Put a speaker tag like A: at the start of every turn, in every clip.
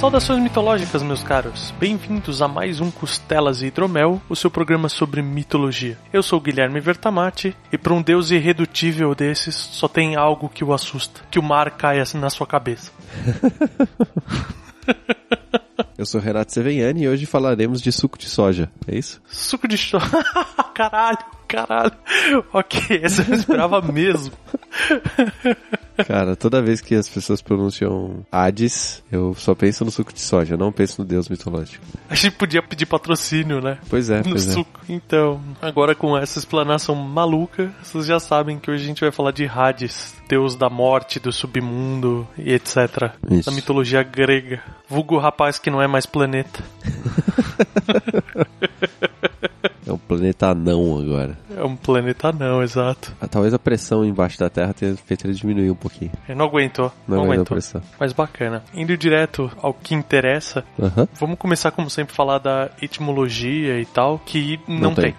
A: Saudações mitológicas, meus caros. Bem-vindos a mais um Costelas e Hidromel, o seu programa sobre mitologia. Eu sou Guilherme Vertamati e para um deus irredutível desses, só tem algo que o assusta, que o mar caia na sua cabeça.
B: Eu sou Renato Seveniani e hoje falaremos de suco de soja, é isso?
A: Suco de chá. caralho, caralho. Ok, essa eu não esperava mesmo.
B: Cara, toda vez que as pessoas pronunciam Hades, eu só penso no suco de soja, eu não penso no deus mitológico.
A: A gente podia pedir patrocínio, né?
B: Pois é,
A: No
B: pois é.
A: suco. Então, agora com essa explanação maluca, vocês já sabem que hoje a gente vai falar de Hades, deus da morte, do submundo e etc.
B: Isso.
A: Da mitologia grega. Vulgo rapaz que não é mais planeta.
B: É um planeta anão agora.
A: É um planeta não, exato.
B: Ah, Talvez a pressão embaixo da Terra tenha feito ele diminuir um pouquinho.
A: Ele não aguentou.
B: Não
A: Não,
B: aguentou a
A: aguentou.
B: pressão.
A: Mas bacana. Indo direto ao que interessa,
B: Aham.
A: vamos começar, como sempre, falar da etimologia e tal, que não,
B: Não tem.
A: tem.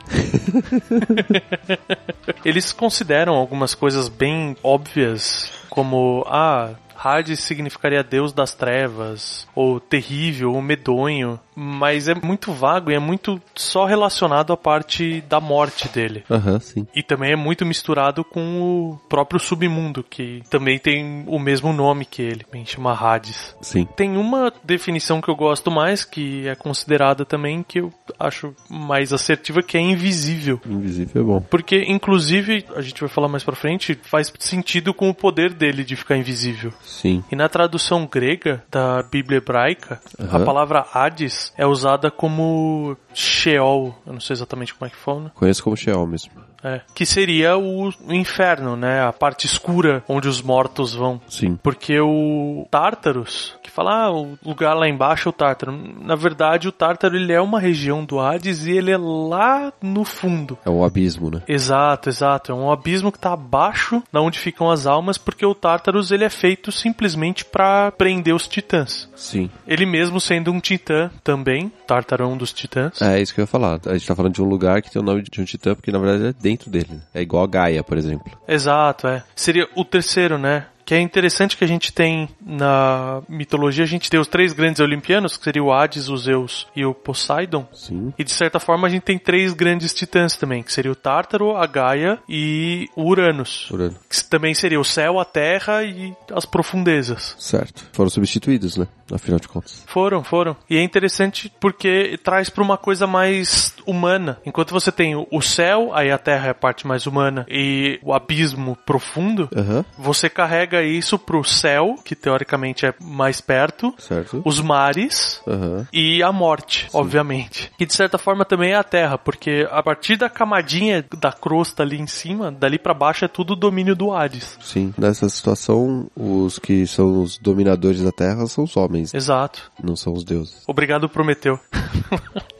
A: Eles consideram algumas coisas bem óbvias, como ah, Hades significaria Deus das trevas, ou terrível, ou medonho, mas é muito vago e é muito só relacionado à parte da morte dele.
B: Aham, sim.
A: E também é muito misturado com o próprio submundo, que também tem o mesmo nome que ele, bem chama Hades.
B: Sim.
A: Tem uma definição que eu gosto mais, que é considerada também, que eu acho mais assertiva, que é invisível.
B: Invisível é bom.
A: Porque, inclusive, a gente vai falar mais pra frente, faz sentido com o poder dele de ficar invisível.
B: Sim.
A: E na tradução grega da Bíblia hebraica,
B: Aham.
A: a palavra Hades é usada como Sheol, eu não sei exatamente como é que fala, né?
B: Conheço como Sheol mesmo.
A: É. que seria o inferno, né? A parte escura onde os mortos vão.
B: Sim.
A: Porque o Tártaros, que fala, ah, o lugar lá embaixo é o Tártaro. Na verdade, o Tártaro ele é uma região do Hades e ele é lá no fundo.
B: É o abismo, né?
A: Exato, exato. É um abismo que tá abaixo da onde ficam as almas, porque o Tártaros ele é feito simplesmente para prender os titãs.
B: Sim.
A: Ele mesmo sendo um titã também, Tártaro é um dos titãs.
B: É isso que eu ia falar. A gente tá falando de um lugar que tem o nome de um titã, porque na verdade é dentro dele. né? É igual a Gaia, por exemplo.
A: Exato, é. Seria o terceiro, né? Que é interessante que a gente tem na mitologia, a gente tem os três grandes olimpianos, que seria o Hades, o Zeus e o Poseidon.
B: Sim.
A: E de certa forma a gente tem três grandes titãs também, que seria o Tártaro, a Gaia e o Uranus.
B: Urano.
A: Que também seria o céu, a terra e as profundezas.
B: Certo. Foram substituídos, né? Afinal de contas.
A: Foram, foram. E é interessante porque traz para uma coisa mais humana. Enquanto você tem o- o céu, aí a terra é a parte mais humana, e o abismo profundo,
B: Aham.
A: você carrega isso pro céu, que teoricamente é mais perto,
B: Certo.
A: os mares
B: Aham.
A: e a morte, obviamente. E de certa forma também é a terra, porque a partir da camadinha da crosta ali em cima, dali pra baixo é tudo o domínio do Hades.
B: Sim. Nessa situação, os que são os dominadores da Terra são os homens,
A: Exato.
B: não são os deuses.
A: Obrigado, Prometeu.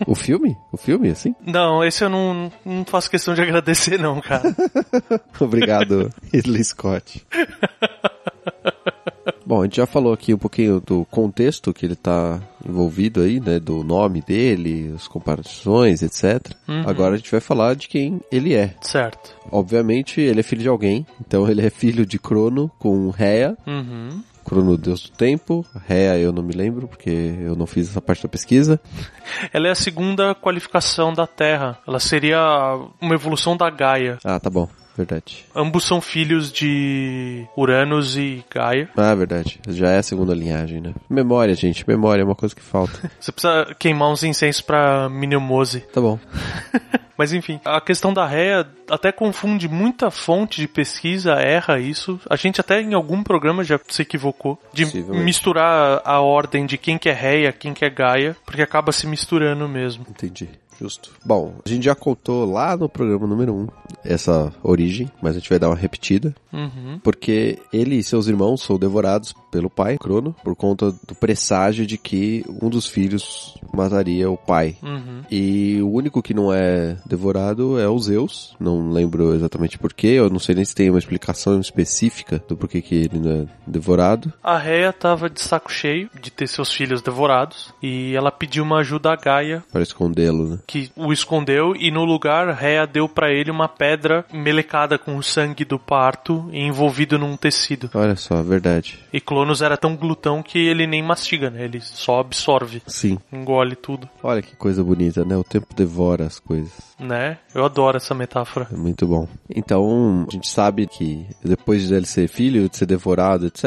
B: O filme? O filme, assim?
A: Não, esse eu não, não faço questão de agradecer, não, cara.
B: Obrigado, Ridley Scott. Bom, a gente já falou aqui um pouquinho do contexto que ele tá envolvido aí, né? Do nome dele, as comparações, etc. Agora a gente vai falar de quem ele é.
A: certo.
B: Obviamente, ele é filho de alguém. Então, ele é filho de Crono com Rhea.
A: Uhum.
B: Crono, deus do tempo. Rhea, eu não me lembro, porque eu não fiz essa parte da pesquisa.
A: Ela é a segunda qualificação da Terra. Ela seria uma evolução da Gaia.
B: Ah, tá bom. Verdade.
A: Ambos são filhos de Uranus e Gaia.
B: Ah, verdade. Já é a segunda linhagem, né? Memória, gente. Memória é uma coisa que falta.
A: Você precisa queimar uns incensos pra Miniomose.
B: Tá bom.
A: Mas enfim, a questão da réa até confunde muita fonte de pesquisa, erra isso. A gente até em algum programa já se equivocou de
B: Possivelmente.
A: misturar a ordem de quem que é réia, quem que é gaia, porque acaba se misturando mesmo.
B: Entendi. Justo. Bom, a gente já contou lá no programa número 1 um essa origem, mas a gente vai dar uma repetida.
A: Uhum.
B: Porque ele e seus irmãos são devorados pelo pai, Crono, por conta do presságio de que um dos filhos mataria o pai.
A: Uhum.
B: E o único que não é devorado é o Zeus. Não lembro exatamente porquê, eu não sei nem se tem uma explicação específica do porquê que ele não é devorado.
A: A Rhea tava de saco cheio de ter seus filhos devorados e ela pediu uma ajuda a Gaia,
B: Para escondê-lo, né?
A: que o escondeu, e no lugar Rhea deu pra ele uma pedra melecada com o sangue do parto e envolvido num tecido.
B: Olha só, verdade.
A: E Clonos era tão glutão que ele nem mastiga, né? Ele só absorve,
B: Sim.
A: engole tudo,
B: Olha que coisa bonita, né? O tempo devora as coisas.
A: né? Eu adoro essa metáfora.
B: É muito bom. Então, a gente sabe que depois dele ser filho, de ser devorado, etc.,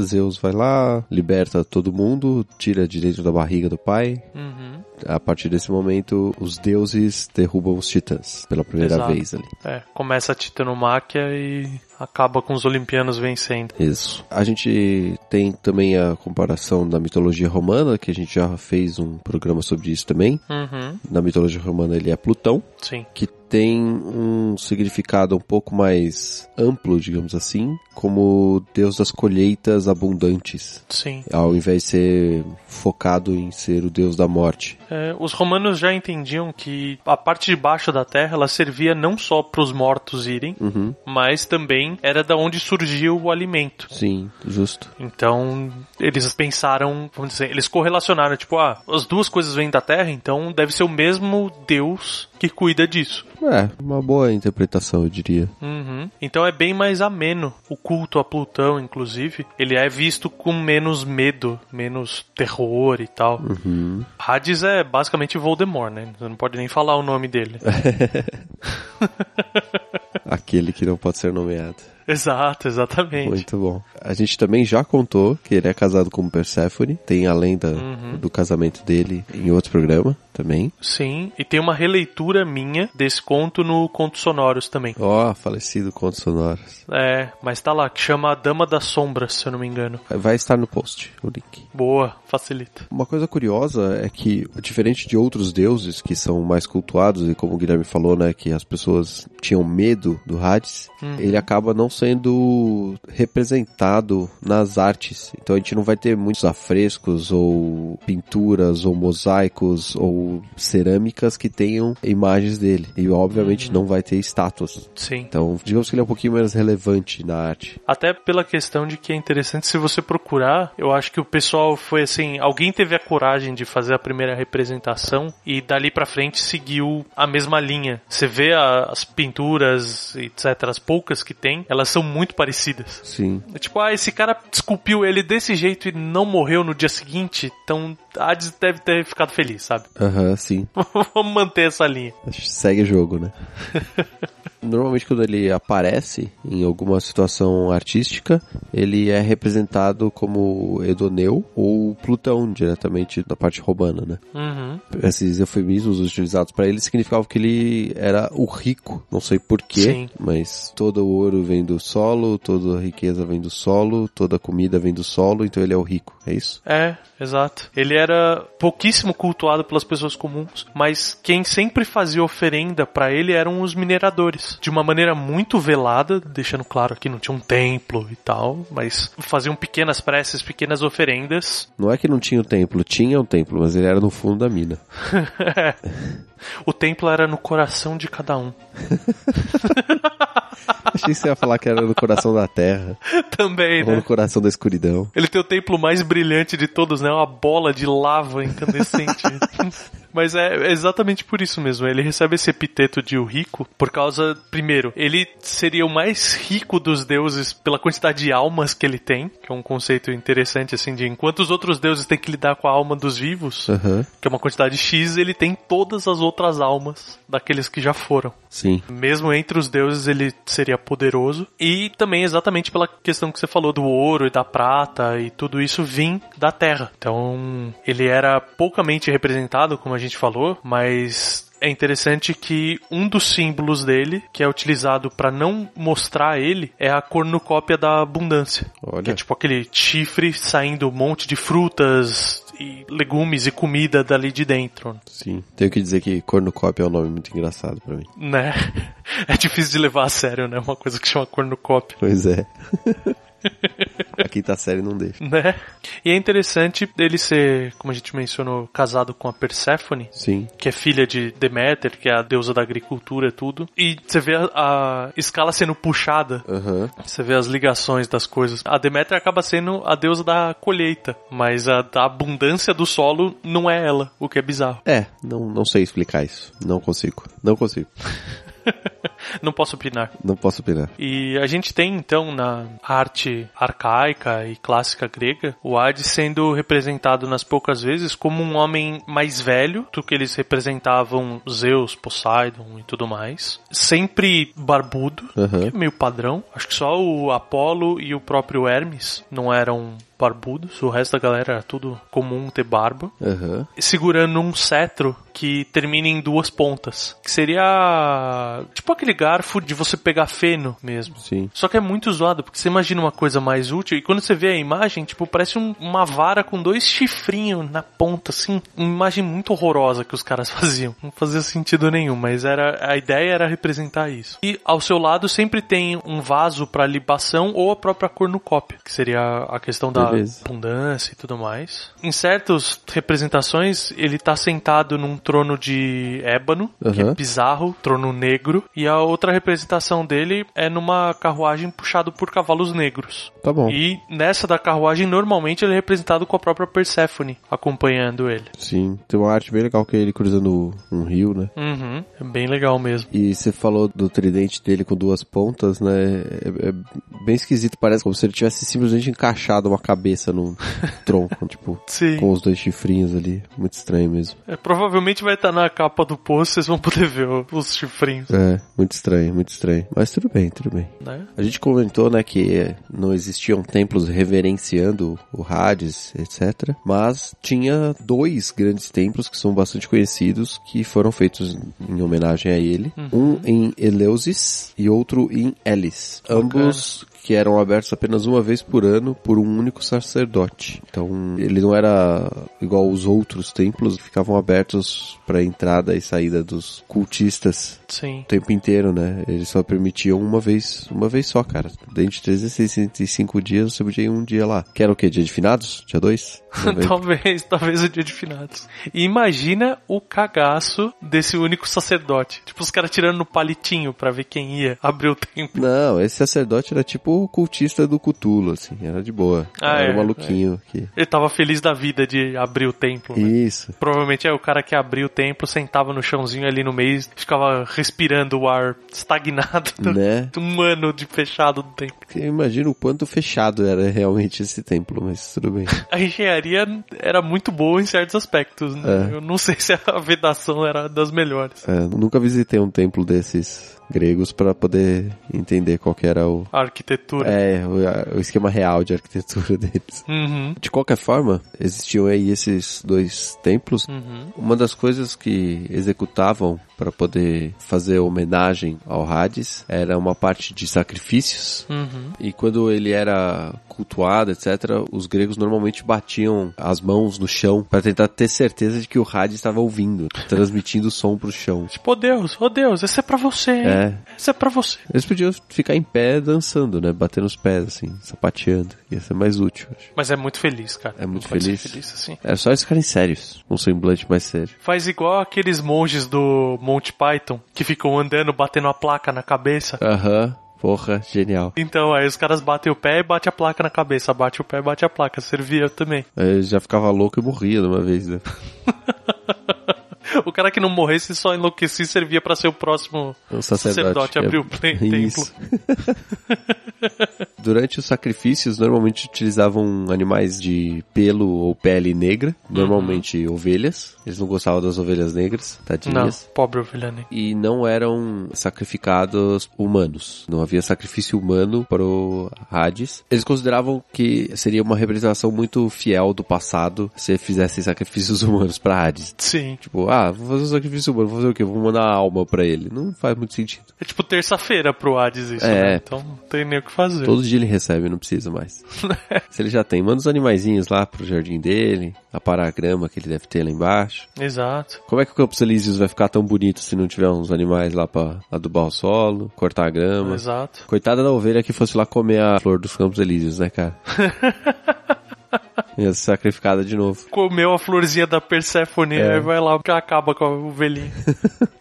B: Zeus vai lá, liberta todo mundo, tira direito da barriga do pai.
A: Uhum.
B: A partir desse momento, os deuses derrubam os titãs pela primeira
A: Exato.
B: vez ali.
A: É, começa a titanomáquia e acaba com os olimpianos vencendo.
B: Isso. A gente tem também a comparação da mitologia romana, que a gente já fez um programa sobre isso também.
A: Uhum,
B: Na mitologia romana, ele é Plutão.
A: sim.
B: que tem um significado um pouco mais amplo, digamos assim, como deus das colheitas abundantes,
A: Sim.
B: ao invés de ser focado em ser o deus da morte.
A: É, os romanos já entendiam que a parte de baixo da terra ela servia não só para os mortos irem,
B: Uhum.
A: mas também era da onde surgia o alimento.
B: Sim, justo.
A: Então, eles pensaram, vamos dizer, eles correlacionaram, tipo, ah, as duas coisas vêm da terra, então deve ser o mesmo Deus que cuida disso.
B: É, uma boa interpretação, eu diria.
A: Uhum. Então é bem mais ameno. O culto a Plutão, inclusive, ele é visto com menos medo, menos terror e tal.
B: Uhum.
A: Hades é basicamente Voldemort, né? Você não pode nem falar o nome dele.
B: É. Aquele que não pode ser nomeado.
A: Exato, exatamente.
B: Muito bom. A gente também já contou que ele é casado com Perséfone. Tem a lenda do casamento dele em outro programa também.
A: Sim, e tem uma releitura minha desse conto no Contos Sonoros também.
B: Ó, falecido Contos Sonoros.
A: É, mas tá lá, que chama A Dama das Sombras, se eu não me engano.
B: Vai estar no post o link.
A: Boa, facilita.
B: Uma coisa curiosa é que, diferente de outros deuses que são mais cultuados, e como o Guilherme falou, né, que as pessoas tinham medo do Hades, ele acaba não sendo representado nas artes. Então a gente não vai ter muitos afrescos, ou pinturas, ou mosaicos, ou cerâmicas que tenham imagens dele. E obviamente não vai ter estátuas.
A: Sim.
B: Então, digamos que ele é um pouquinho menos relevante na arte.
A: Até pela questão de que é interessante se você procurar, eu acho que o pessoal foi assim, alguém teve a coragem de fazer a primeira representação e dali pra frente seguiu a mesma linha. Você vê a- as pinturas, etc, as poucas que tem, elas são muito parecidas.
B: Sim.
A: É tipo, ah, esse cara esculpiu ele desse jeito e não morreu no dia seguinte, então Hades deve ter ficado feliz, sabe?
B: Aham, sim.
A: Vamos manter essa linha.
B: Segue o jogo, né? Normalmente quando ele aparece em alguma situação artística, ele é representado como Edoneu ou Plutão, diretamente da parte romana, né?
A: Uhum.
B: Esses eufemismos utilizados para ele significavam que ele era o rico, não sei porquê,
A: Sim.
B: mas todo o ouro vem do solo, toda a riqueza vem do solo, toda a comida vem do solo, então ele é o rico, é isso?
A: É, exato. Ele era pouquíssimo cultuado pelas pessoas comuns, mas quem sempre fazia oferenda pra ele eram os mineradores. De uma maneira muito velada, deixando claro que não tinha um templo e tal, mas faziam pequenas preces, pequenas oferendas.
B: Não é que não tinha o templo, tinha um templo, mas ele era no fundo da mina.
A: o templo era no coração de cada um.
B: Achei que você ia falar que era no coração da terra.
A: Também,
B: Ou no
A: né?
B: coração da escuridão.
A: Ele tem o templo mais brilhante de todos, né? Uma bola de lava incandescente. Mas é exatamente por isso mesmo. Ele recebe esse epiteto de o rico por causa, primeiro, ele seria o mais rico dos deuses pela quantidade de almas que ele tem, que é um conceito interessante assim de enquanto os outros deuses têm que lidar com a alma dos vivos,
B: Aham,
A: que é uma quantidade X, ele tem todas as outras almas daqueles que já foram.
B: sim.
A: Mesmo entre os deuses, ele seria poderoso. E também, exatamente pela questão que você falou do ouro e da prata e tudo isso vim da terra. Então, ele era poucamente representado, como a gente falou, mas. É interessante que um dos símbolos dele, que é utilizado para não mostrar ele, é a cornucópia da abundância.
B: Olha.
A: Que é tipo aquele chifre saindo um monte de frutas e legumes e comida dali de dentro, né?
B: Sim. Tenho que dizer que cornucópia é um nome muito engraçado pra mim.
A: né? É difícil de levar a sério, né? Uma coisa que chama cornucópia.
B: Pois é. a quinta série tá não deixa.
A: Né? E é interessante ele ser, como a gente mencionou, casado com a Perséfone,
B: Sim.
A: que é filha de Deméter, que é a deusa da agricultura e tudo. E você vê a, a escala sendo puxada,
B: Aham.
A: você vê as ligações das coisas. A Deméter acaba sendo a deusa da colheita, mas a da abundância do solo não é ela, o que é bizarro.
B: É, não, não sei explicar isso. Não consigo. Não consigo.
A: Não posso opinar.
B: Não posso opinar.
A: E a gente tem então na arte arcaica e clássica grega o Hades sendo representado nas poucas vezes como um homem mais velho do que eles representavam Zeus, Poseidon e tudo mais, sempre barbudo,
B: Aham.
A: que é meio padrão. Acho que só o Apolo e o próprio Hermes não eram barbudos, o resto da galera era tudo comum ter barba
B: Aham.
A: segurando um cetro que termina em duas pontas. Que seria tipo aquele garfo de você pegar feno mesmo.
B: Sim.
A: Só que é muito zoado, porque você imagina uma coisa mais útil e quando você vê a imagem, tipo, parece um- uma vara com dois chifrinhos na ponta, assim. Uma imagem muito horrorosa que os caras faziam. Não fazia sentido nenhum, mas era a ideia era representar isso. E ao seu lado sempre tem um vaso para libação ou a própria cornucópia, que seria a questão da
B: Beleza.
A: abundância e tudo mais. Em certas representações, ele tá sentado num trono de ébano, que é
B: Aham.
A: bizarro, trono negro, e a outra representação dele é numa carruagem puxado por cavalos negros.
B: Tá bom.
A: E nessa da carruagem, normalmente ele é representado com a própria Perséfone acompanhando ele.
B: Sim. Tem uma arte bem legal que é ele cruzando um rio, né?
A: Uhum, é bem legal mesmo.
B: E você falou do tridente dele com duas pontas, né? É, é bem esquisito, parece como se ele tivesse simplesmente encaixado uma cabeça no tronco, tipo,
A: Sim.
B: com os dois chifrinhos ali. Muito estranho mesmo.
A: É, provavelmente vai estar na capa do post, vocês vão poder ver o- os chifrinhos,
B: É, muito estranho, muito estranho. Mas tudo bem, tudo bem.
A: né?
B: A gente comentou, né, que não existiam templos reverenciando o Hades, etc. Mas tinha dois grandes templos que são bastante conhecidos, que foram feitos em homenagem a ele. Um em Eleusis e outro em Elis. Ambos que eram abertos apenas uma vez por ano por um único sacerdote. Então, ele não era igual os outros templos, que ficavam abertos para entrada e saída dos cultistas
A: Sim.
B: o tempo inteiro, né? Eles só permitiam uma vez, uma vez só, cara. Dentro de 365 dias, você podia ir um dia lá. Que era o quê? Dia de finados? Dia 2?
A: Então. talvez, talvez o dia de finados. E imagina o cagaço desse único sacerdote. Tipo, os caras tirando no palitinho pra ver quem ia abrir o templo.
B: Não, esse sacerdote era tipo o cultista do Cutulo, assim. Era de boa.
A: Ah,
B: era
A: é,
B: um maluquinho. Que...
A: Ele tava feliz da vida de abrir o templo, né?
B: Isso.
A: Provavelmente é o cara que abriu o templo, sentava no chãozinho ali no meio, e ficava respirando o ar estagnado do,
B: Né?
A: do um ano de fechado do templo.
B: Eu imagino o quanto fechado era realmente esse templo, mas tudo bem.
A: A engenharia era muito boa em certos aspectos, né?
B: É.
A: Eu não sei se a vedação era das melhores.
B: É, nunca visitei um templo desses gregos pra poder entender qual que era o,
A: A arquitetura.
B: é, o, o esquema real de arquitetura deles.
A: Uhum,
B: De qualquer forma, existiam aí esses dois templos.
A: uhum.
B: Uma das coisas que executavam para poder fazer homenagem ao Hades era uma parte de sacrifícios.
A: Uhum.
B: E quando ele era cultuado, etc., os gregos normalmente batiam as mãos no chão para tentar ter certeza de que o Hades estava ouvindo, transmitindo o som pro chão.
A: Tipo, oh Deus, oh Deus, esse é pra você, hein?
B: É,
A: Esse é pra você.
B: eles podiam ficar em pé dançando, né? Batendo os pés, assim, sapateando. Ia ser mais útil, acho.
A: Mas é muito feliz, cara.
B: É muito
A: Pode ser
B: feliz.
A: feliz assim.
B: Era só eles ficarem sérios, um semblante mais sério.
A: Faz igual aqueles monges do Monty Python que ficam andando, batendo a placa na cabeça.
B: Aham, porra, genial.
A: Então, aí os caras batem o pé e bate a placa na cabeça. Bate o pé e bate a placa. Servia também.
B: Aí eu já ficava louco e morria de uma vez, né?
A: O cara que não morresse só enlouquecia e servia pra ser o próximo
B: O
A: sacerdote,
B: É-
A: abriu o ple-
B: Isso. Durante os sacrifícios, normalmente utilizavam animais de pelo ou pele negra,
A: Uhum.
B: normalmente ovelhas. Eles não gostavam das ovelhas negras,
A: templo. Não,
B: tadinhas.
A: pobre ovelha negra.
B: E não eram sacrificados humanos. Não havia sacrifício humano para o Hades. Eles consideravam que seria uma representação muito fiel do passado se fizessem sacrifícios humanos para Hades.
A: Sim.
B: Tipo, ah, ah, vou fazer um sacrifício humano, vou fazer o quê? Vou mandar a alma pra ele. Não faz muito sentido.
A: É tipo terça-feira pro Hades isso,
B: É.
A: né? Então não tem nem o que fazer.
B: Todo dia ele recebe, não precisa mais. Se ele já tem, manda os animaizinhos lá pro jardim dele, aparar a grama que ele deve ter lá embaixo.
A: Exato.
B: Como é que o Campos Elíseos vai ficar tão bonito se não tiver uns animais lá pra adubar o solo, cortar a grama?
A: Exato.
B: Coitada da ovelha que fosse lá comer a flor dos Campos Elíseos, né, cara? Ia ser sacrificada de novo.
A: comeu a florzinha da Persephone
B: É.
A: aí vai lá que acaba com o velhinho.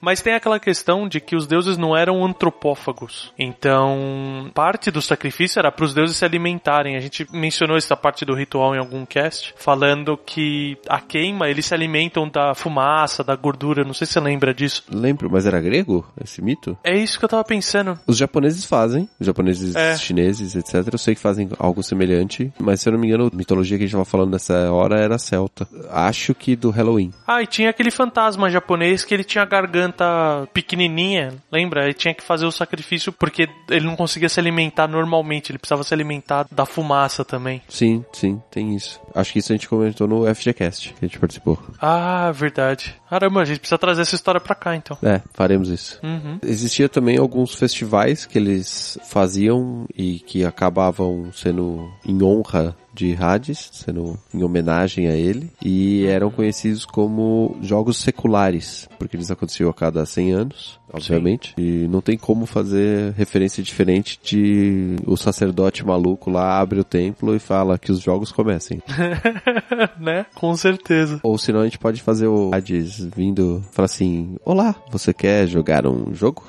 A: Mas tem aquela questão de que os deuses não eram antropófagos. Então, parte do sacrifício era para os deuses se alimentarem. A gente mencionou essa parte do ritual em algum cast, falando que a queima, eles se alimentam da fumaça, da gordura, não sei se você lembra disso.
B: Lembro, mas era grego esse mito?
A: É isso que eu tava pensando.
B: Os japoneses fazem, os japoneses,
A: É.
B: chineses, etc. Eu sei que fazem algo semelhante, mas se eu não me engano, a mitologia que a gente tava falando nessa hora era celta. Acho que do Halloween.
A: Ah, e tinha aquele fantasma japonês que ele tinha a garganta pequenininha, lembra? Ele tinha que fazer o sacrifício porque ele não conseguia se alimentar normalmente, ele precisava se alimentar da fumaça também.
B: Sim, sim, tem isso. Acho que isso a gente comentou no FGCast, que a gente participou.
A: Ah, verdade. Caramba, a gente precisa trazer essa história pra cá então.
B: É, faremos isso.
A: Uhum.
B: Existia também alguns festivais que eles faziam e que acabavam sendo em honra de Hades, sendo em homenagem a ele, e eram conhecidos como jogos seculares, porque eles aconteciam a cada 100 anos, obviamente, e não tem como fazer referência diferente de o sacerdote maluco lá abre o templo e fala que os jogos comecem.
A: né? Com certeza.
B: Ou senão a gente pode fazer o Hades vindo, falar assim, olá, você quer jogar um jogo?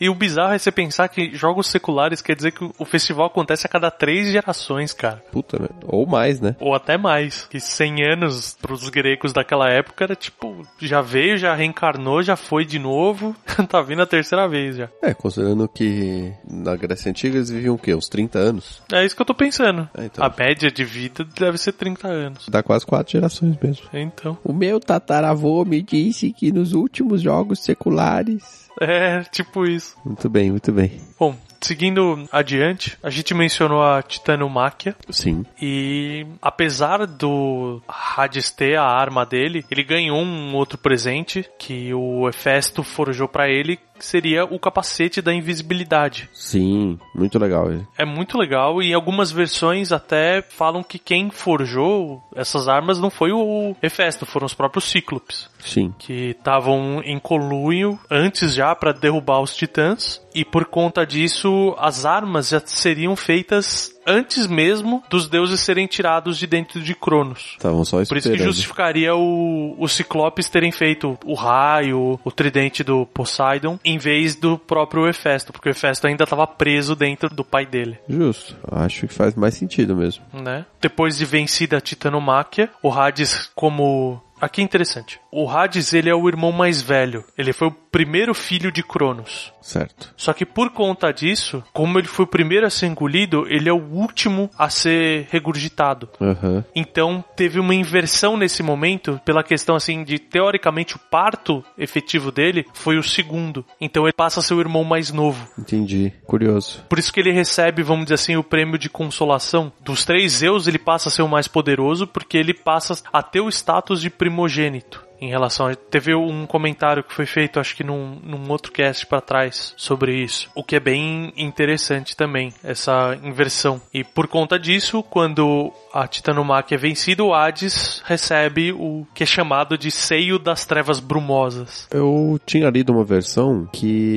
A: E o bizarro é você pensar que jogos seculares quer dizer que o festival acontece a cada três gerações, cara.
B: Puta, né? Ou mais, né?
A: Ou até mais. Que 100 anos pros gregos daquela época era tipo, já veio, já reencarnou, já foi de novo. tá vindo a terceira vez já.
B: É, considerando que na Grécia Antiga eles viviam o quê? Uns 30 anos?
A: É isso que eu tô pensando.
B: É, então.
A: A média de vida deve ser 30 anos.
B: Dá quase quatro gerações mesmo.
A: Então.
B: O meu tataravô me disse que nos últimos jogos seculares.
A: É, tipo isso.
B: Muito bem, muito bem.
A: Bom, seguindo adiante, a gente mencionou a Titanomáquia.
B: Sim.
A: E apesar do Hades ter a arma dele, ele ganhou um outro presente que o Hefesto forjou pra ele, que seria o capacete da invisibilidade.
B: Sim, muito legal. ele.
A: É muito legal e algumas versões até falam que quem forjou essas armas não foi o Hefesto, foram os próprios Cíclopes,
B: Sim.
A: que estavam em coluio antes já pra derrubar os titãs. E por conta disso, as armas já seriam feitas antes mesmo dos deuses serem tirados de dentro de Cronos.
B: Estavam só
A: Por isso que
B: esperando.
A: justificaria o, os Ciclopes terem feito o raio, o tridente do Poseidon, em vez do próprio Hefesto, porque o Hefesto ainda estava preso dentro do pai dele,
B: Justo. Acho que faz mais sentido mesmo.
A: né? Depois de vencida a Titanomáquia, o Hades como... Aqui é interessante. O Hades, ele é o irmão mais velho. Ele foi o primeiro filho de Cronos.
B: Certo.
A: Só que por conta disso, como ele foi o primeiro a ser engolido, ele é o último a ser regurgitado.
B: Aham.
A: Então teve uma inversão nesse momento pela questão assim de teoricamente o parto efetivo dele foi o segundo. Então ele passa a ser o irmão mais novo.
B: Entendi. Curioso.
A: Por isso que ele recebe, vamos dizer assim, o prêmio de consolação. Dos três Zeus, ele passa a ser o mais poderoso porque ele passa a ter o status de primogênito. Em relação a. Teve um comentário que foi feito, acho que num, num outro cast pra trás, sobre isso. O que é bem interessante também, essa inversão. E por conta disso, quando a Titanomáquia é vencida, o Hades recebe o que é chamado de Seio das Trevas Brumosas.
B: Eu tinha lido uma versão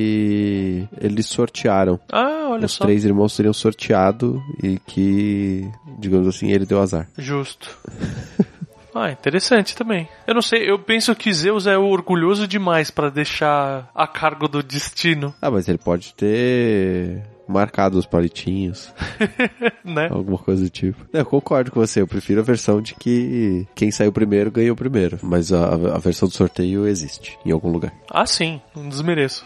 B: que eles sortearam.
A: Ah, olha
B: Os
A: só.
B: três irmãos seriam sorteado e que, digamos assim, ele deu azar.
A: Justo. Ah, interessante também. Eu não sei, eu penso que Zeus é orgulhoso demais pra deixar a cargo do destino,
B: Ah, mas ele pode ter marcado os palitinhos,
A: né?
B: alguma coisa do tipo. Eu concordo com você, eu prefiro a versão de que quem saiu primeiro ganhou primeiro. Mas a, a versão do sorteio existe, em algum lugar.
A: Ah, sim, não desmereço.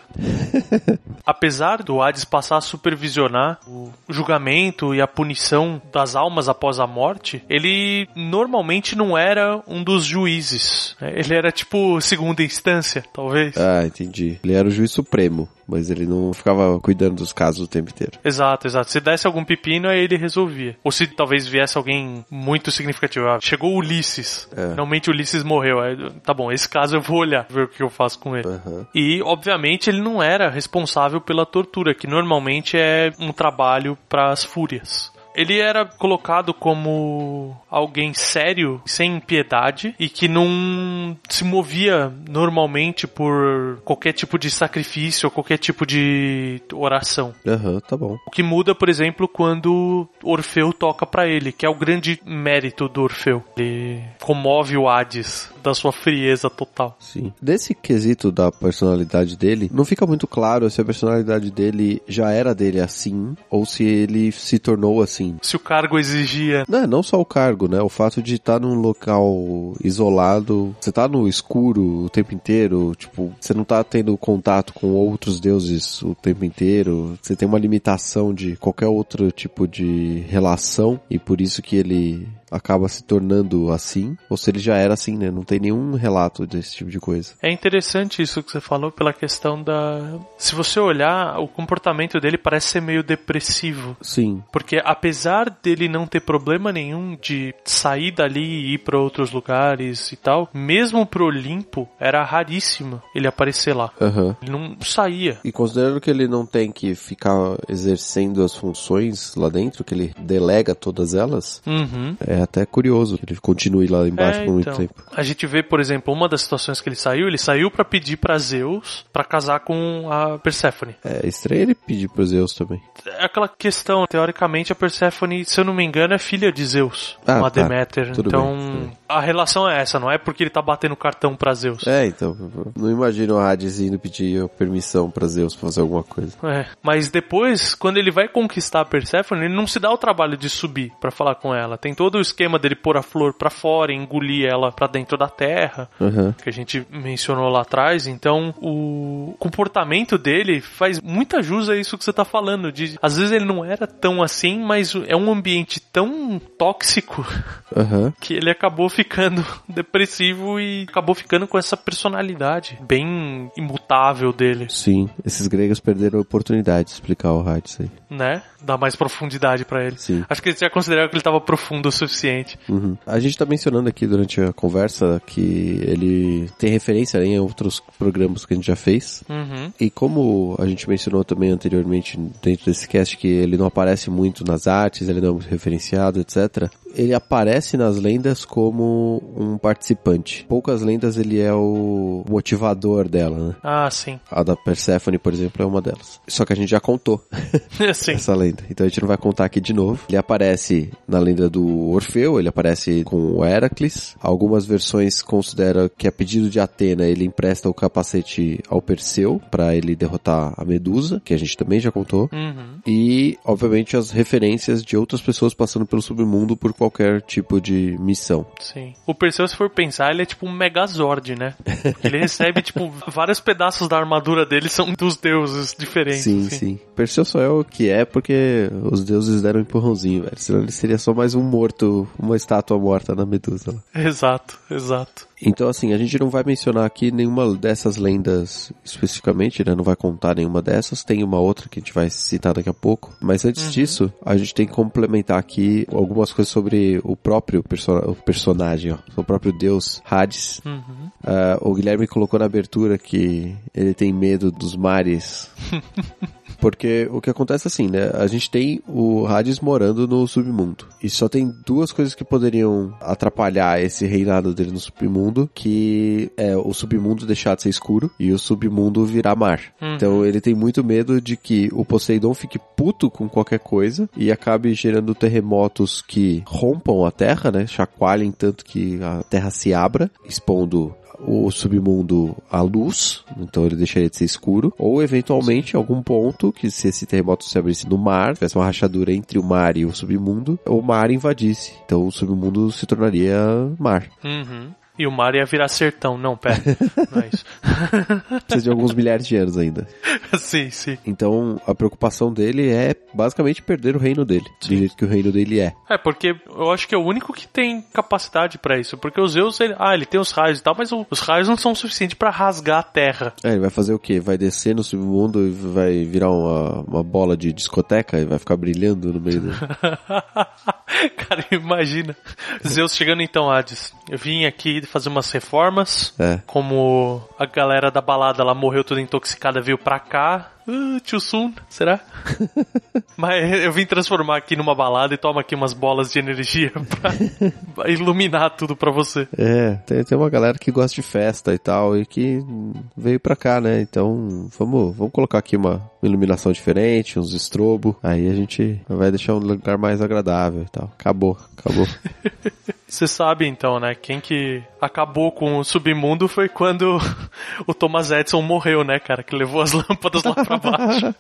A: Apesar do Hades passar a supervisionar o julgamento e a punição das almas após a morte, ele normalmente não era um dos juízes. né? Ele era tipo segunda instância, talvez.
B: Ah, entendi. Ele era o juiz supremo, mas ele não ficava cuidando dos casos o tempo tempo inteiro.
A: Exato, exato. Se desse algum pepino, aí ele resolvia. Ou se talvez viesse alguém muito significativo. Ah, chegou o Ulisses.
B: É.
A: Realmente o Ulisses morreu. Aí, tá bom, esse caso eu vou olhar, ver o que eu faço com ele.
B: Aham.
A: E, obviamente, ele não era responsável pela tortura, que normalmente é um trabalho para as fúrias. Ele era colocado como alguém sério, sem piedade e que não se movia normalmente por qualquer tipo de sacrifício ou qualquer tipo de oração.
B: Aham, tá bom.
A: O que muda, por exemplo, quando Orfeu toca pra ele, que é o grande mérito do Orfeu. Ele comove o Hades da sua frieza total.
B: Sim. Desse quesito da personalidade dele, não fica muito claro se a personalidade dele já era dele assim ou se ele se tornou assim.
A: Se o cargo exigia
B: Não, não só o cargo, né? O fato de estar num local isolado, você tá no escuro o tempo inteiro, tipo, você não tá tendo contato com outros deuses o tempo inteiro, você tem uma limitação de qualquer outro tipo de relação e por isso que ele acaba se tornando assim, ou se ele já era assim, né? Não tem nenhum relato desse tipo de coisa.
A: É interessante isso que você falou pela questão da. Se você olhar, o comportamento dele parece ser meio depressivo.
B: Sim,
A: Porque apesar dele não ter problema nenhum de sair dali e ir pra outros lugares e tal, mesmo pro Olimpo era raríssimo ele aparecer lá.
B: aham.
A: Ele não saía.
B: E considerando que ele não tem que ficar exercendo as funções lá dentro, que ele delega todas elas,
A: Uhum.
B: é até curioso que ele continue lá embaixo
A: É,
B: por muito
A: então.
B: tempo.
A: A gente vê, por exemplo, uma das situações que ele saiu, ele saiu pra pedir pra Zeus pra casar com a Perséfone.
B: É estranho ele pedir pro Zeus também.
A: é aquela questão, teoricamente a Perséfone, se eu não me engano, é filha de Zeus,
B: Ah,
A: uma
B: tá.
A: Deméter.
B: Tudo
A: então,
B: bem, tudo bem.
A: a relação é essa, não é porque ele tá batendo cartão pra Zeus.
B: É, então, não imagino o Hades indo pedir permissão pra Zeus pra fazer alguma coisa.
A: É. Mas depois, quando ele vai conquistar a Perséfone, ele não se dá o trabalho de subir pra falar com ela. Tem todo o esquema dele pôr a flor pra fora, engolir ela pra dentro da terra.
B: Aham.
A: que a gente mencionou lá atrás, então o comportamento dele faz muita jus a isso que você tá falando. De, às vezes ele não era tão assim, mas é um ambiente tão tóxico
B: Aham.
A: que ele acabou ficando depressivo e acabou ficando com essa personalidade bem imutável dele,
B: Sim, esses gregos perderam a oportunidade de explicar o Hades aí.
A: né? Dá mais profundidade pra ele.
B: Sim.
A: Acho que eles já consideraram que ele tava profundo o suficiente.
B: Uhum. A gente tá mencionando aqui durante a conversa que ele tem referência em outros programas que a gente já fez.
A: Uhum.
B: E como a gente mencionou também anteriormente dentro desse cast que ele não aparece muito nas artes, ele não é muito referenciado, etc. Ele aparece nas lendas como um participante. Poucas lendas ele é o motivador dela, né?
A: Ah, sim.
B: A da Persephone, por exemplo, é uma delas. Só que a gente já contou
A: sim.
B: essa lenda. Então a gente não vai contar aqui de novo. Ele aparece na lenda do Orfeu, ele aparece com o Heracles. Algumas versões consideram que a pedido de Atena ele empresta o capacete ao Perseu para ele derrotar a Medusa, que a gente também já contou.
A: Uhum.
B: E, obviamente, as referências de outras pessoas passando pelo submundo por qualquer tipo de missão.
A: Sim. O Perseu, se for pensar, ele é tipo um Megazord, né? Ele recebe, tipo, vários pedaços da armadura dele são dos deuses diferentes.
B: sim,
A: assim.
B: sim. Perseu só é o que é porque os deuses deram um empurrãozinho, velho. Senão ele seria só mais um morto, uma estátua morta na Medusa lá.
A: Exato, exato.
B: Então, assim, a gente não vai mencionar aqui nenhuma dessas lendas especificamente, né? Não vai contar nenhuma dessas. Tem uma outra que a gente vai citar daqui a pouco. Mas antes disso, a gente tem que complementar aqui algumas coisas sobre o próprio perso- o personagem, ó. O próprio deus Hades.
A: Uhum.
B: Ah, o Guilherme colocou na abertura que ele tem medo dos mares. Porque o que acontece é assim, né? A gente tem o Hades morando no submundo. E só tem duas coisas que poderiam atrapalhar esse reinado dele no submundo, que é o submundo deixar de ser escuro e o submundo virar mar.
A: Uhum.
B: Então ele tem muito medo de que o Poseidon fique puto com qualquer coisa e acabe gerando terremotos que rompam a terra, né? Chacoalhem tanto que a terra se abra, expondo o submundo à luz, então ele deixaria de ser escuro, ou eventualmente em algum ponto que se esse terremoto se abrisse no mar, tivesse uma rachadura entre o mar e o submundo, o mar invadisse, então o submundo se tornaria mar.
A: Uhum. E o mar ia virar sertão. Não, pera. Não é isso.
B: Precisa de alguns milhares de anos ainda.
A: sim, sim.
B: Então a preocupação dele é basicamente perder o reino dele, do jeito que o reino dele é.
A: É, porque eu acho que é o único que tem capacidade pra isso. Porque os Zeus, ele, ah, ele tem os raios e tal, mas o- os raios não são suficientes pra rasgar a terra.
B: É, ele vai fazer o quê? Vai descer no submundo e vai virar uma, uma bola de discoteca e vai ficar brilhando no meio do.
A: Cara, imagina. Zeus chegando então, Hades. Eu vim aqui fazer umas reformas.
B: É.
A: Como a galera da balada lá morreu toda intoxicada, veio pra cá. Uh, too soon, será? Mas eu vim transformar aqui numa balada e toma aqui umas bolas de energia pra iluminar tudo pra você.
B: É, tem, tem uma galera que gosta de festa e tal, e que hum, veio pra cá, né? Então, vamos, vamos colocar aqui uma iluminação diferente, uns estrobo, aí a gente vai deixar um lugar mais agradável e tal. Acabou, acabou.
A: Você sabe então, né? Quem que acabou com o submundo foi quando o Thomas Edison morreu, né, cara? Que levou as lâmpadas lá pra baixo.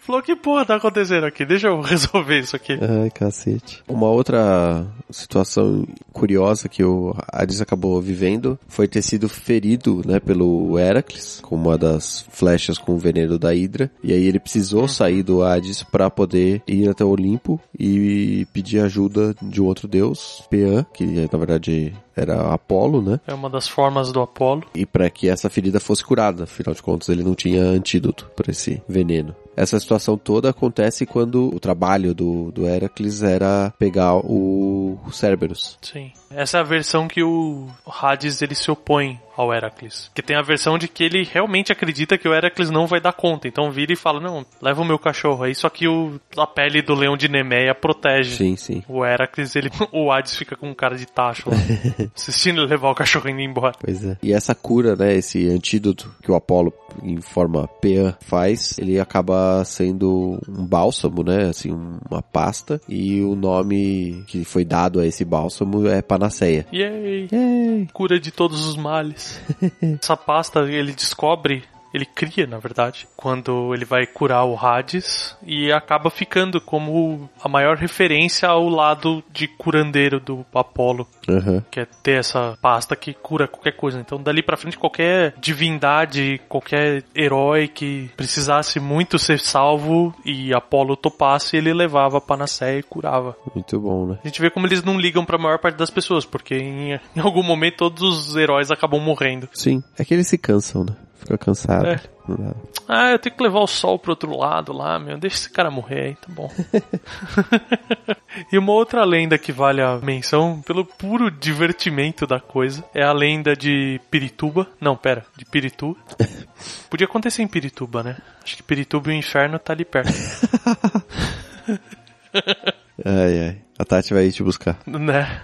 A: Falou, que porra tá acontecendo aqui? Deixa eu resolver isso aqui.
B: Ai, cacete. Uma outra situação curiosa que o Ares acabou vivendo foi ter sido ferido, né, pelo Heracles, com uma das flechas com o veneno da Hidra. E aí ele precisou sair do Hades para poder ir até o Olimpo e pedir ajuda de um outro deus, Pean, que na verdade era Apolo, né?
A: É uma das formas do Apolo.
B: e para que essa ferida fosse curada. Afinal de contas, ele não tinha antídoto para esse veneno. Essa situação toda acontece quando o trabalho do, do Heracles era pegar o Cerberus.
A: Sim. Essa é a versão que o Hades ele se opõe ao Heracles. Que tem a versão de que ele realmente acredita que o Heracles não vai dar conta. Então vira e fala: Não, leva o meu cachorro aí, só que o, a pele do leão de Nemeia protege.
B: Sim, sim.
A: O Heracles, ele, o Hades fica com cara de tacho lá, assistindo ele levar o cachorro indo embora.
B: Pois é. E essa cura, né, esse antídoto que o Apolo, em forma Pean, faz, ele acaba sendo um bálsamo, né, assim, uma pasta. E o nome que foi dado a esse bálsamo é Panaceia.
A: Yay!
B: Yay!
A: Cura de todos os males. Essa pasta ele descobre, ele cria, na verdade, quando ele vai curar o Hades e acaba ficando como a maior referência ao lado de curandeiro do Apolo.
B: Aham.
A: que é ter essa pasta que cura qualquer coisa. Então, dali pra frente, qualquer divindade, qualquer herói que precisasse muito ser salvo e Apolo topasse, ele levava a panaceia e curava.
B: Muito bom, né?
A: A gente vê como eles não ligam pra maior parte das pessoas, porque em, em algum momento todos os heróis acabam morrendo.
B: Sim. É que eles se cansam, né? Fica cansado.
A: É.
B: Não dá.
A: Ah, eu tenho que levar o sol pro outro lado lá, meu. Deixa esse cara morrer aí, tá bom. e uma outra lenda que vale a menção, pelo puro divertimento da coisa, é a lenda de Pirituba. Não, pera, de Piritu. Podia acontecer em Pirituba, né? Acho que Pirituba e o inferno tá ali perto,
B: Ai, ai. A Tati vai te buscar.
A: né?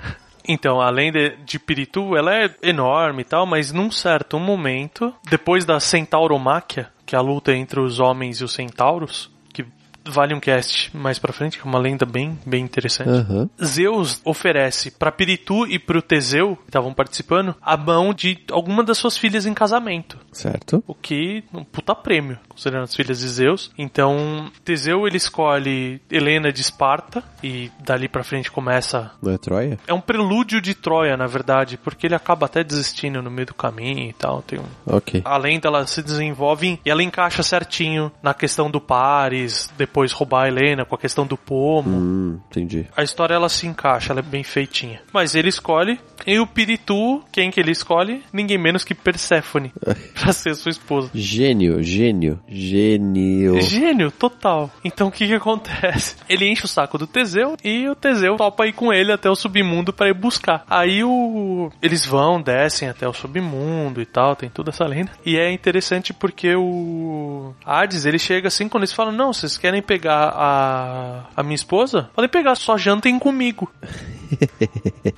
A: Então, a lenda de Piritu, ela é enorme e tal, mas num certo momento, depois da Centauromáquia, que é a luta entre os homens e os centauros, que vale um cast mais pra frente, que é uma lenda bem, bem interessante.
B: Aham.
A: Zeus oferece pra Piritu e pro Teseu, que estavam participando, a mão de alguma das suas filhas em casamento.
B: Certo.
A: O que é um puta prêmio, considerando as filhas de Zeus. Então, Teseu ele escolhe Helena de Esparta e dali pra frente começa
B: Não é Troia?
A: é um prelúdio de Troia, na verdade, porque ele acaba até desistindo no meio do caminho e tal. Tem um...
B: Ok.
A: A lenda ela se desenvolve em- e ela encaixa certinho na questão do Paris, depois roubar a Helena, com a questão do pomo.
B: Hum, entendi.
A: A história ela se encaixa, ela é bem feitinha. Mas ele escolhe, e o Piritu, quem que ele escolhe? Ninguém menos que Perséfone, pra ser sua esposa.
B: Gênio, gênio, gênio.
A: Gênio total. Então o que que acontece? Ele enche o saco do Teseu e o Teseu topa ir com ele até o submundo pra ir buscar. Aí o eles vão, descem até o submundo e tal, tem toda essa lenda. E é interessante porque o Hades, ele chega assim quando eles falam: "Não, vocês querem pegar a a minha esposa? Podem pegar, só jantem comigo".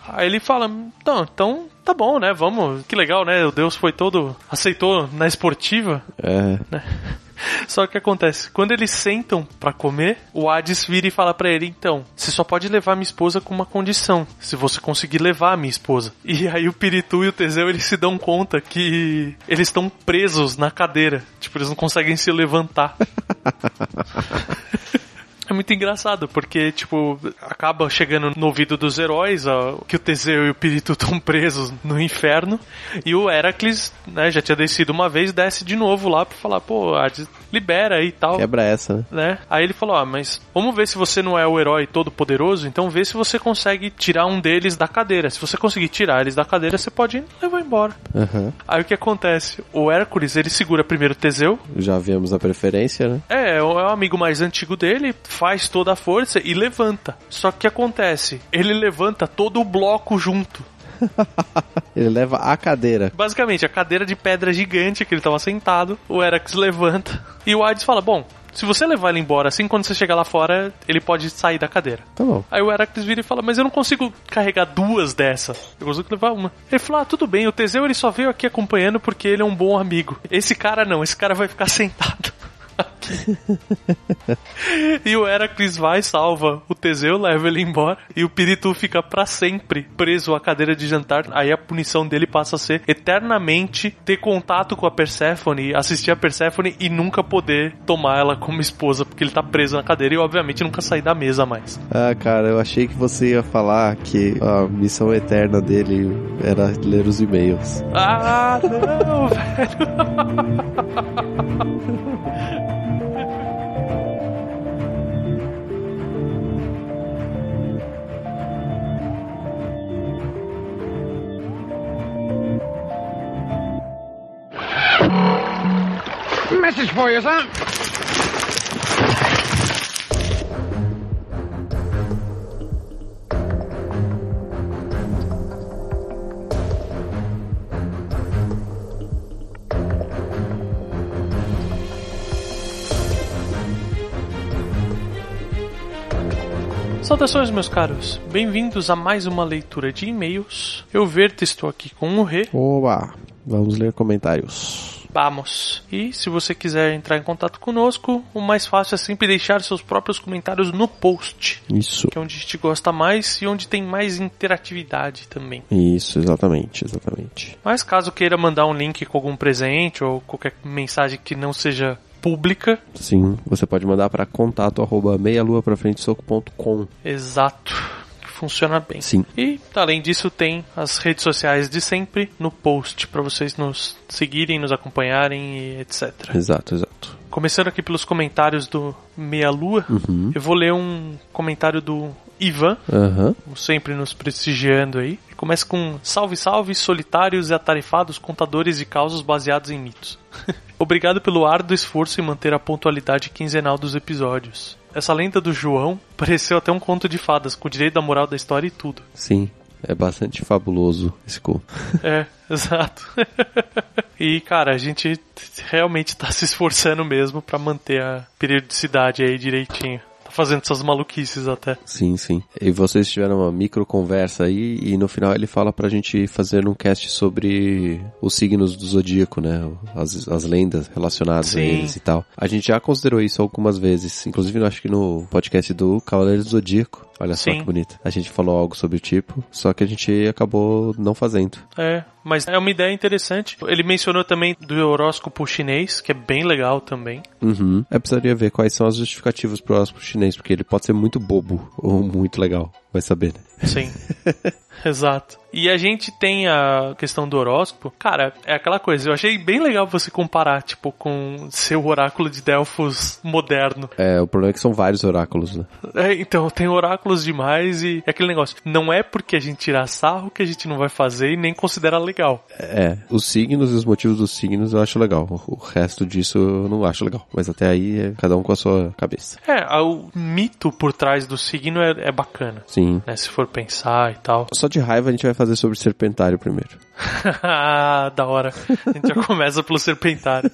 A: Aí ele fala: "Então, então Tá bom, né? Vamos. Que legal, né? O Deus foi todo. aceitou na esportiva.
B: É.
A: Só que acontece, quando eles sentam pra comer, o Hades vira e fala pra ele: então, você só pode levar minha esposa com uma condição, se você conseguir levar a minha esposa. E aí o Piritu e o Teseu eles se dão conta que eles estão presos na cadeira, tipo, eles não conseguem se levantar. É muito engraçado, porque, tipo, acaba chegando no ouvido dos heróis ó, que o Teseu e o Pirito estão presos no inferno. E o Heracles, né, já tinha descido uma vez, desce de novo lá pra falar, pô, Hades, libera aí e tal.
B: Quebra essa, né?
A: né? Aí ele falou: Ah, mas vamos ver se você não é o herói todo-poderoso, então vê se você consegue tirar um deles da cadeira. Se você conseguir tirar eles da cadeira, você pode levar embora.
B: Aham.
A: Aí o que acontece? O Hércules, ele segura primeiro o Teseu,
B: Já vimos a preferência, né?
A: é, é o amigo mais antigo dele, faz toda a força e levanta. Só que o que acontece? Ele levanta todo o bloco junto.
B: Ele leva a cadeira.
A: Basicamente, a cadeira de pedra gigante que ele tava sentado, o Erax levanta e o Hades fala: Bom, se você levar ele embora assim, quando você chegar lá fora, ele pode sair da cadeira.
B: Tá bom.
A: Aí o Heracles vira e fala, mas eu não consigo carregar duas dessa. Eu consigo levar uma. Ele fala, ah, tudo bem, o Teseu ele só veio aqui acompanhando porque ele é um bom amigo. Esse cara não, esse cara vai ficar sentado. aqui." e o Heracles vai, salva o Teseu, leva ele embora. E o Piritu fica pra sempre preso à cadeira de jantar. Aí a punição dele passa a ser eternamente ter contato com a Perséfone, assistir a Perséfone e nunca poder tomar ela como esposa, porque ele tá preso na cadeira e obviamente nunca sair da mesa mais.
B: Ah, cara, eu achei que você ia falar que a missão eterna dele era ler os e-mails.
A: Ah, não, velho.
C: Message for you, son.
A: Saudações, meus caros. Bem-vindos a mais uma leitura de e-mails. Eu, Verta, estou aqui com o Rê.
B: Oba! Vamos ler comentários.
A: Vamos. E se você quiser entrar em contato conosco, o mais fácil é sempre deixar seus próprios comentários no post,
B: Isso.
A: que é onde a gente gosta mais e onde tem mais interatividade também.
B: Isso, exatamente, exatamente.
A: Mas caso queira mandar um link com algum presente ou qualquer mensagem que não seja pública,
B: Sim, você pode mandar para contato arroba meialuafrafrentesoco.com.
A: Exato. que Funciona bem.
B: Sim.
A: E, além disso, tem as redes sociais de sempre no post para vocês nos seguirem, nos acompanharem e etc.
B: Exato, exato.
A: Começando aqui pelos comentários do Meia Lua, eu vou ler um comentário do Ivan,
B: Aham.
A: como sempre nos prestigiando aí. Começa com salve, salve, solitários e atarefados contadores de causos baseados em mitos. Obrigado pelo árduo esforço em manter a pontualidade quinzenal dos episódios. Essa lenda do João pareceu até um conto de fadas, com direito da moral da história e tudo.
B: Sim. É bastante fabuloso esse cu.
A: É, exato. e, cara, a gente realmente tá se esforçando mesmo pra manter a periodicidade aí direitinho. Tá fazendo essas maluquices até.
B: Sim, sim. E vocês tiveram uma micro conversa aí e no final ele fala pra gente fazer um cast sobre os signos do zodíaco, né? As, as lendas relacionadas
A: Sim.
B: a eles e tal. A gente já considerou isso algumas vezes, inclusive eu acho que no podcast do Cavaleiro do Zodíaco. Olha só
A: Sim.
B: que bonito. A gente falou algo sobre o tipo, só que a gente acabou não fazendo.
A: É, mas é uma ideia interessante. Ele mencionou também do horóscopo chinês, que é bem legal também.
B: Uhum. Eu precisaria ver quais são as justificativas pro horóscopo chinês, porque ele pode ser muito bobo ou muito legal. Vai saber, né?
A: Sim. Exato. E a gente tem a questão do horóscopo. Cara, é aquela coisa. Eu achei bem legal você comparar, tipo, com seu oráculo de Delfos moderno.
B: É, o problema é que são vários oráculos, né?
A: É, então, tem oráculos demais e é aquele negócio. Não é porque a gente tirar sarro que a gente não vai fazer e nem considera legal.
B: É, os signos e os motivos dos signos eu acho legal. O resto disso eu não acho legal. Mas até aí é cada um com a sua cabeça.
A: É, a- o mito por trás do signo é, é bacana,
B: Sim.
A: né? Se for pensar e tal.
B: Só de raiva a gente vai fazer sobre serpentário primeiro.
A: Ah, da hora. A gente já começa pelo serpentário.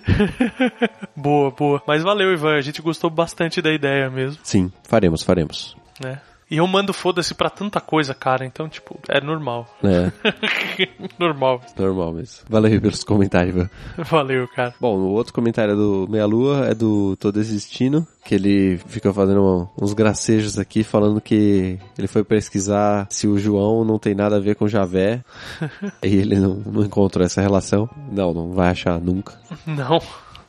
A: boa, boa. Mas valeu, Ivan. A gente gostou bastante da ideia mesmo,
B: Sim, faremos, faremos.
A: né? E eu mando foda-se pra tanta coisa, cara. Então, tipo, é normal.
B: É,
A: normal.
B: normal mesmo. Valeu aí pelos comentários, viu?
A: Valeu, cara.
B: Bom, o outro comentário é do Meia Lua é do Tô Desistindo, que ele fica fazendo um- uns gracejos aqui, falando que ele foi pesquisar se o João não tem nada a ver com Javé. e ele não, não encontrou essa relação. Não, não vai achar nunca.
A: Não.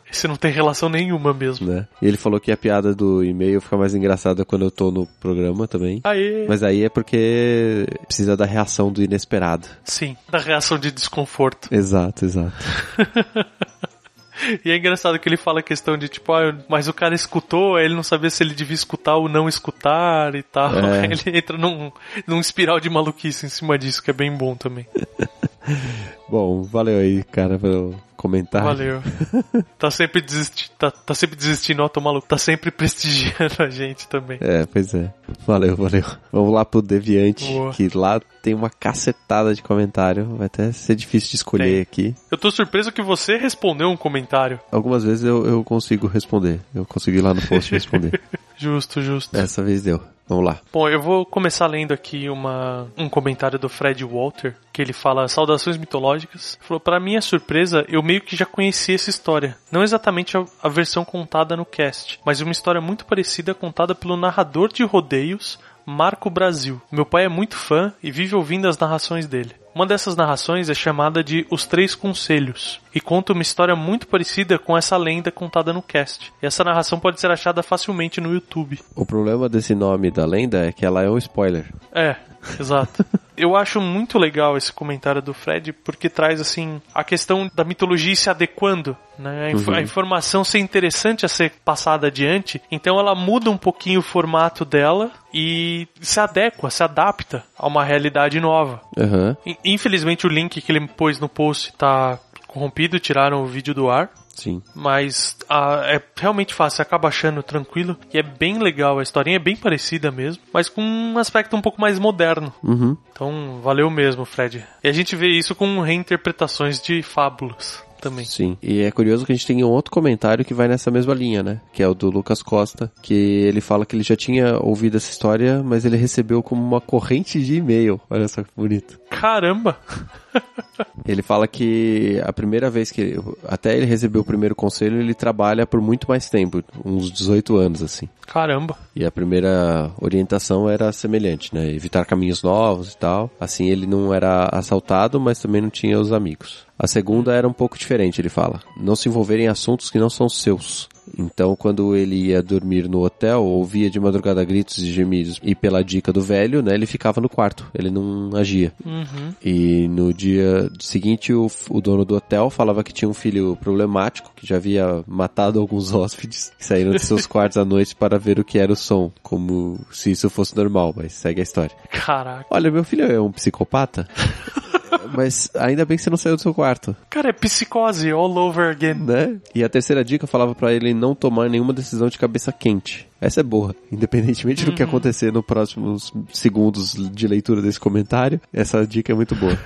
A: Esse não tem relação nenhuma mesmo.
B: né? E ele falou que a piada do e-mail fica mais engraçada quando eu tô no programa também.
A: Aí,
B: Mas aí é porque precisa da reação do inesperado.
A: sim, da reação de desconforto.
B: Exato, exato.
A: E é engraçado que ele fala a questão de tipo, ah, eu- mas o cara escutou, aí ele não sabia se ele devia escutar ou não escutar e tal.
B: É.
A: Ele entra num, num espiral de maluquice em cima disso, que é bem bom também.
B: Bom, valeu aí, cara, pelo comentário.
A: Valeu. tá, sempre desisti, tá, tá sempre desistindo, ó, tô maluco. Tá sempre prestigiando a gente também.
B: É, pois é. Valeu, valeu. Vamos lá pro Deviante,
A: Boa.
B: que lá tem uma cacetada de comentário. Vai até ser difícil de escolher
A: Tem.
B: aqui.
A: Eu tô surpreso que você respondeu um comentário.
B: Algumas vezes eu, eu consigo responder. Eu consegui lá no post responder.
A: Justo, justo.
B: Dessa vez deu. Vamos lá.
A: Bom, eu vou começar lendo aqui uma, um comentário do Fred Walter, que ele fala saudações mitológicas. Ele Falou, para minha surpresa, eu meio que já conhecia essa história. Não exatamente a, a versão contada no cast, mas uma história muito parecida contada pelo narrador de rodeios, Marco Brasil. Meu pai é muito fã e vive ouvindo as narrações dele. Uma dessas narrações é chamada de Os Três Conselhos e conta uma história muito parecida com essa lenda contada no cast. E essa narração pode ser achada facilmente no YouTube.
B: O problema desse nome da lenda é que ela é um spoiler.
A: É, exato. Eu acho muito legal esse comentário do Fred, porque traz, assim, a questão da mitologia se adequando, né? A, inf-
B: Uhum.
A: a informação ser interessante a ser passada adiante, então ela muda um pouquinho o formato dela e se adequa, se adapta a uma realidade nova.
B: Aham.
A: I- Infelizmente, o link que ele pôs no post tá corrompido, tiraram o vídeo do ar.
B: Sim.
A: Mas ah, é realmente fácil, você acaba achando tranquilo. E é bem legal a historinha, é bem parecida mesmo, mas com um aspecto um pouco mais moderno.
B: Uhum.
A: Então, valeu mesmo, Fred. E a gente vê isso com reinterpretações de fábulas também.
B: Sim. E é curioso que a gente tem um outro comentário que vai nessa mesma linha, né? Que é o do Lucas Costa, que ele fala que ele já tinha ouvido essa história, mas ele recebeu como uma corrente de e-mail. Olha só que bonito.
A: Caramba!
B: Ele fala que a primeira vez que ele- até ele recebeu o primeiro conselho, ele trabalha por muito mais tempo, uns 18 anos assim.
A: Caramba!
B: E a primeira orientação era semelhante, né? Evitar caminhos novos e tal. Assim ele não era assaltado, mas também não tinha os amigos. A segunda era um pouco diferente, ele fala. Não se envolver em assuntos que não são seus. Então, quando ele ia dormir no hotel, ouvia de madrugada gritos e gemidos. E pela dica do velho, né, ele ficava no quarto. Ele não agia.
A: Uhum.
B: E no dia seguinte, o, o dono do hotel falava que tinha um filho problemático, que já havia matado alguns hóspedes, que saíram de seus quartos à noite para ver o que era o som, como se isso fosse normal, mas segue a história.
A: Caraca!
B: Olha, meu filho é um psicopata, mas ainda bem que você não saiu do seu quarto,
A: Cara, é psicose all over again.
B: né? E a terceira dica falava para ele não tomar nenhuma decisão de cabeça quente. Essa é boa, independentemente do que acontecer nos próximos segundos de leitura desse comentário, essa dica é muito boa.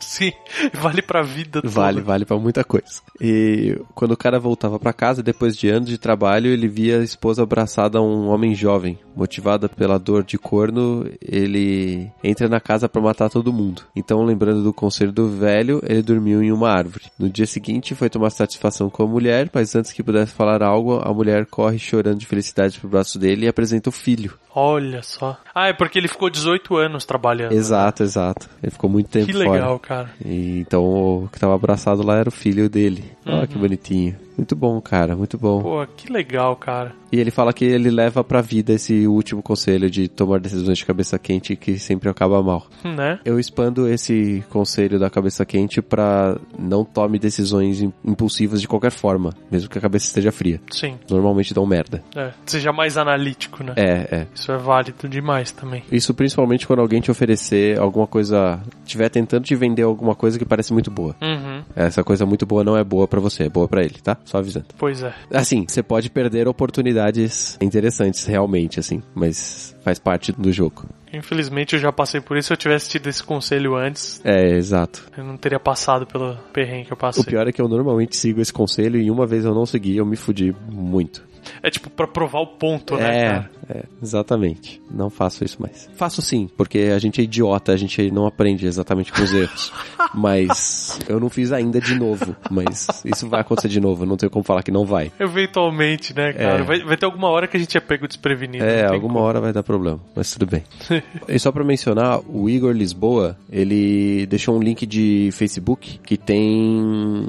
A: Sim, vale pra vida toda.
B: Vale, vale pra muita coisa. E quando o cara voltava pra casa, depois de anos de trabalho, ele via a esposa abraçada a um homem jovem. Motivada pela dor de corno, ele entra na casa pra matar todo mundo. Então, lembrando do conselho do velho, ele dormiu em uma árvore. No dia seguinte, foi tomar satisfação com a mulher, mas antes que pudesse falar algo, a mulher corre chorando de felicidade pro braço dele e apresenta o filho.
A: Olha só. Ah, é porque ele ficou 18 anos trabalhando.
B: Exato, exato. Ele ficou muito tempo
A: que
B: fora.
A: legal, cara.
B: E, então o que tava abraçado lá era o filho dele. Olha que bonitinho. Muito bom, cara, muito bom.
A: Pô, que legal, cara.
B: E ele fala que ele leva pra vida esse último conselho de tomar decisões de cabeça quente que sempre acaba mal.
A: Né?
B: Eu expando esse conselho da cabeça quente pra não tome decisões im- impulsivas de qualquer forma, mesmo que a cabeça esteja fria.
A: Sim.
B: Normalmente dão merda.
A: É, seja mais analítico, né?
B: É, é.
A: Isso é válido demais também.
B: Isso principalmente quando alguém te oferecer alguma coisa, estiver tentando te vender alguma coisa que parece muito boa.
A: Uhum,
B: Essa coisa muito boa não é boa pra você, é boa pra ele, tá? Só avisando.
A: pois é.
B: Assim, você pode perder oportunidades interessantes, realmente, assim, mas faz parte do jogo.
A: Infelizmente eu já passei por isso. Se eu tivesse tido esse conselho antes,
B: É, exato.
A: eu não teria passado pelo perrengue que eu passei.
B: O pior é que eu normalmente sigo esse conselho e uma vez eu não segui, eu me fudi muito.
A: É tipo pra provar o ponto, né? cara?
B: É, é, exatamente. Não faço isso mais. Faço sim, porque a gente é idiota, a gente não aprende exatamente com os erros. mas eu não fiz ainda de novo. Mas isso vai acontecer de novo, não tenho como falar que não vai.
A: Eventualmente, né, cara?
B: É.
A: Vai, vai ter alguma hora que a gente é pego desprevenido.
B: É,
A: não tem
B: alguma
A: como.
B: hora vai dar problema, mas tudo bem. e só pra mencionar, o Igor Lisboa, ele deixou um link de Facebook que tem